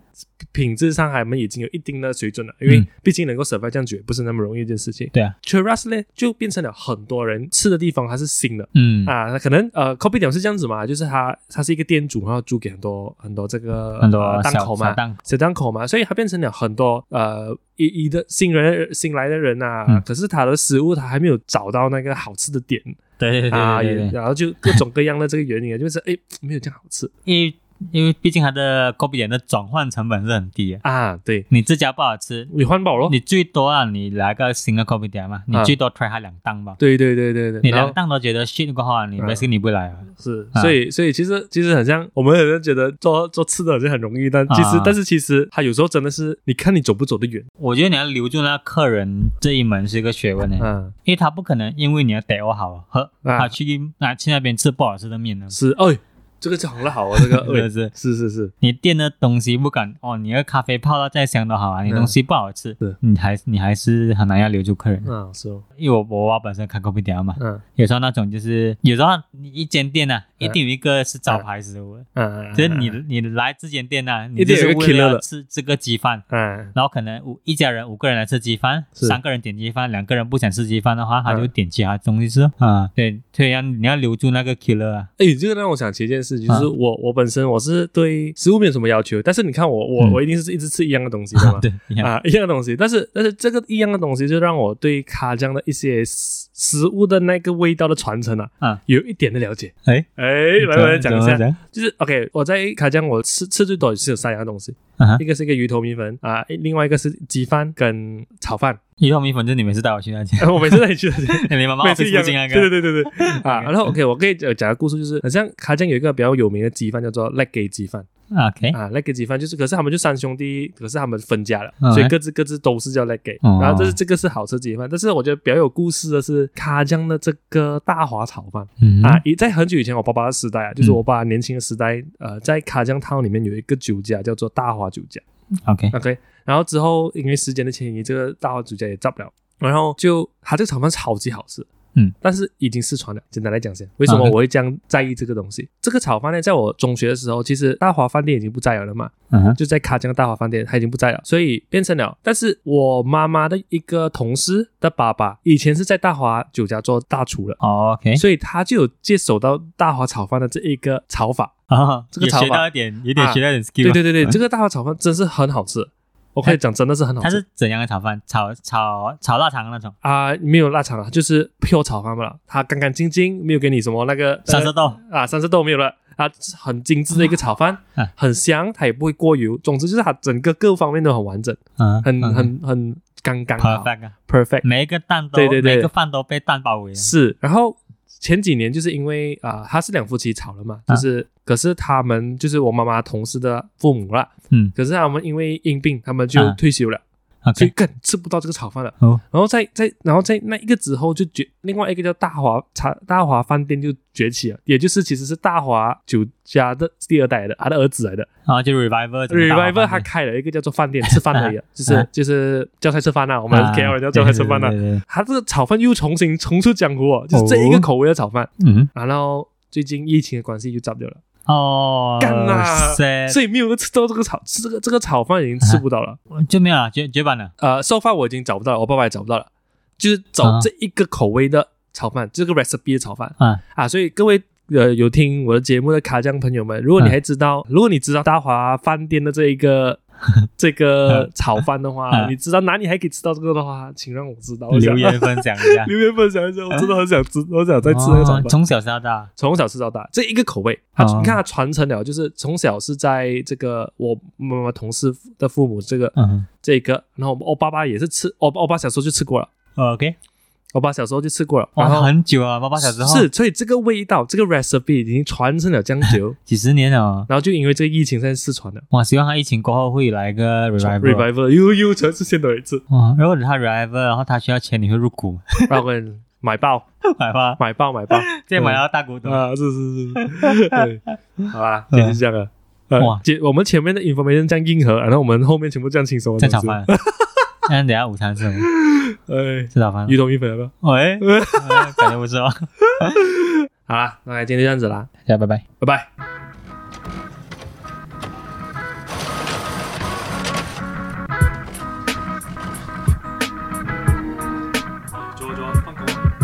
品质上还们已经有一定的水准了，因为
嗯
毕竟能够 survive 这样久也不是那么容易一件事情。
对啊，
Cheras 呢就变成了很多人吃的地方，它是新的。
嗯
啊，那可能呃，copy 点是这样子嘛，就是他他是一个店主，然后租给很多很多这个
很多
呃档
小
口嘛
小，档
小档口嘛，所以它变成了很多呃一一的新人新来的人啊，
嗯
可是他的食物他还没有找到那个好吃的点
对对对
啊，
对
也
对对。
然后就各种各样的这个原因啊， 就是哎没有这样好吃
因为因为毕竟它的 g o b i 的转换成本是很低的，
啊，对，
你自家不好吃，
你环保咯，
你最多啊，你来个新的 g o b i 嘛，你
啊
最多 try 它两档吧。
对对对对对，
你
然
两
后
档都觉得 shit 的话，你
嗯
b a s 你不来啊。
是，
啊
所以所以其实其实很像，我们很像觉得做做吃的好像很容易，但其实、
啊
但是其实它有时候真的是你看你走不走得远，
我觉得你要留住那客人这一门是一个学问呢，
嗯。
因为他不可能因为你的 d 我好喝，
啊
他去那去那边吃不好吃的面呢。
是，哎，这个讲的好啊，这个，
是
哎
不，是？
是是是，
你店的东西不敢哦，你的咖啡泡到再香都好啊，你
嗯
东西不好吃
是，
你还你还是很难要留住客人。
嗯，是哦，
因为我我爸本身开 g o b i 嘛，
嗯
有时候那种就是，有时候你一间店啊，
嗯
一定有一个是招牌食物的，
嗯，
就是你你来这间店啊，
一
你
定
就
有一
是
个
为
killer
了
的
要吃这个鸡饭，
嗯，
然后可能五一家人五个人来吃鸡饭，
是
三个人点鸡饭，两个人不想吃鸡饭的话，他
嗯
就点其他东西吃啊。对，所以要你要留住那个 killer 啊，
哎，这个让我想起一件事，就是
啊
我我本身我是对食物没有什么要求，但是你看我我
嗯
我一定是一直吃一样的东西的 嘛。
对，一样
啊，一样的东西，但是但是这个一样的东西就让我对卡江的一些食食物的那个味道的传承啊，
啊
有一点的了解。
哎
哎，来我来讲一下
怎，么
就是 OK，我在卡江我吃吃最多是有三样东西，
啊哈
一个是一个鱼头米粉啊，另外一个是鸡饭跟炒饭。
鱼头米粉就是你每次带我去那 间，
我每次都去 的，
你妈妈
每
office
次一样
附
的。
近那
对
个，
对 对对对啊！然后 OK，我可以呃讲个故事，就是好像卡江有一个比较有名的鸡饭叫做 l e g g 鸡饭
OK，
啊 l e g g 鸡饭就是，可是他们就三兄弟，可是他们分家了，
嗯
所以各自各自都是叫 l e g g
哦
然后这是这个是好吃鸡饭，但是我觉得比较有故事的是卡江的这个大华炒饭。
嗯
啊，也在很久以前，我爸爸的时代啊，就是我爸年轻的时代，呃，在卡江汤里面有一个酒家叫做大华酒家
，OK，
，OK，然后之后因为时间的迁移，这个大华酒家也炸不了，然后就他这个炒饭超级好吃，
嗯，啊
但是已经失传了。简单来讲先，为什么
OK
我会这样在意这个东西？这个炒饭呢，在我中学的时候，其实大华饭店已经不在了的嘛，
嗯哼，
就在卡江大华饭店，他已经不在了，所以变成了。但是我妈妈的一个同事的爸爸，以前是在大华酒家做大厨了。
哦，OK，
所以他就有接手到大华炒饭的这一个炒法。
啊，
这个
有
炒
学
法
到一点，有点
啊
学到一点 skill，
对对对对，
嗯
这个大华炒饭真是很好吃，我可以讲真的是很好
它
吃。
是怎样的炒饭？炒炒炒腊肠那种，
啊、没有腊肠啊，就是 pure 炒饭嘛了，它干干净净，没有给你什么那个
三色豆，
呃啊三色豆没有了。啊，很精致的一个炒饭，
啊
很香，它也不会过油。总之就是它整个各方面都很完整，
嗯，
很
嗯
很很刚刚好
perfect，啊
perfect
每一个蛋都，
对对对
每一个饭都被蛋包围了。
是，然后前几年就是因为啊、他是两夫妻吵了嘛，就
啊
是、可是他们就是我妈妈同事的父母啦，
嗯
可是他们因为因病，他们就
啊
退休了，所以
OK，
更吃不到这个炒饭了。
哦
然后在在然后在那一个之后，就崛另外一个叫大华茶大华饭店就崛起了，也就是其实是大华酒家的第二代来的，他的儿子来的。
然后就 revival 整个大华
Reviver 他
饭店
开了一个叫做饭店，吃饭 而已，就是
啊
就是叫菜吃饭呐，我们
啊
KL 人叫叫菜吃饭呐
对对对对。
他这个炒饭又重新重出江湖哦，就是这一个口味的炒饭。
嗯
然后最近疫情的关系就炸不了了，
哦，
干啦
sad
所以没有吃到这个炒吃这个这个炒饭已经吃不到了。
就没有了，绝绝版了。
呃，烧饭我已经找不到了，我爸爸也找不到了，就是找
啊
这一个口味的炒饭，这个 recipe 的炒饭
啊
啊。所以各位。呃，有听我的节目的卡酱朋友们，如果你还知 道，如果你知道大华饭店的这一个这个炒饭的话，
啊
你知道哪里还可以吃到这个的话，请让我知道。我想
留言分享一下。
留言分享一下，我真的很 想吃，我想再吃那个炒
哦
饭。
从小吃到大，
从小吃到大，这一个口味，他、
哦
你看他传承了，就是从小是在这个我妈妈同事的父母这个、
嗯
这个，然后我爸爸也是吃，我我爸小时候就吃过了，
，OK，
我爸小时候就吃过了，然
哇，
后
很久啊，爸爸小时候
是，所以这个味道，这个 recipe 已经传承了将
，
久
几十年了哦，
然后就因为这个疫情现在失传了
哇，希望他疫情过后会来个 revival。
，revival 又又传出现多一次，
哇，如果他 revival，然后他需要钱，你会入股
然后我们买爆
买吧，
买爆买爆
再买到大股东。
啊，是是是，对，好吧，今天就这样了。呃
嗯哇
姐，我们前面的 information 这样硬核，然后我们后面全部这样轻松，
正炒，饭。 那等一下午餐是什么？
哎，
吃早饭？
鱼头米粉要不要？
喂，呃感觉不 错。
好啦，那今天就这样子啦，
大家拜拜。
拜拜。左左放工。